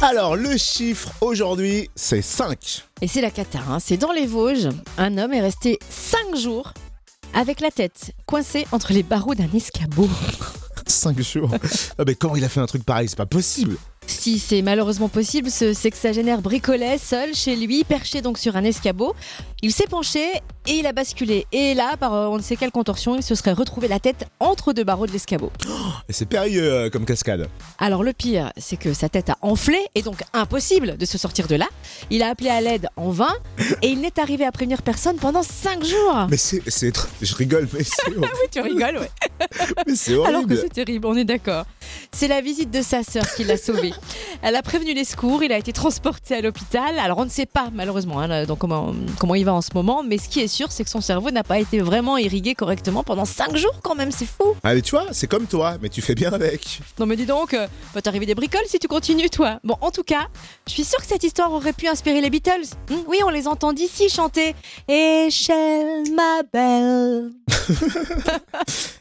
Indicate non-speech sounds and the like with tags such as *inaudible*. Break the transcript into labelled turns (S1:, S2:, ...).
S1: Alors, le chiffre aujourd'hui, c'est 5.
S2: Et c'est la cata, hein. c'est dans les Vosges. Un homme est resté 5 jours avec la tête coincée entre les barreaux d'un escabeau.
S1: 5 jours. Ah, mais comment il a fait un truc pareil C'est pas possible.
S2: Si c'est malheureusement possible, ce sexagénaire bricolait seul chez lui, perché donc sur un escabeau. Il s'est penché et il a basculé. Et là, par euh, on ne sait quelle contorsion, il se serait retrouvé la tête entre deux barreaux de l'escabeau.
S1: Et c'est périlleux euh, comme cascade.
S2: Alors le pire, c'est que sa tête a enflé et donc impossible de se sortir de là. Il a appelé à l'aide en vain et il n'est arrivé à prévenir personne pendant 5 jours.
S1: Mais c'est. c'est tr- Je rigole, mais c'est horrible.
S2: *laughs* Tu rigoles, ouais.
S1: Mais c'est
S2: Alors que
S1: horrible.
S2: c'est terrible, on est d'accord. C'est la visite de sa sœur qui l'a sauvé. Elle a prévenu les secours, il a été transporté à l'hôpital. Alors on ne sait pas malheureusement hein, là, donc comment, comment il va en ce moment, mais ce qui est sûr, c'est que son cerveau n'a pas été vraiment irrigué correctement pendant 5 jours quand même, c'est fou.
S1: Ah, mais tu vois, c'est comme toi, mais tu fais bien avec.
S2: Non mais dis donc, euh, va t'arriver des bricoles si tu continues toi. Bon, en tout cas, je suis sûre que cette histoire aurait pu inspirer les Beatles. Hmm, oui, on les entend d'ici chanter Échelle ma belle.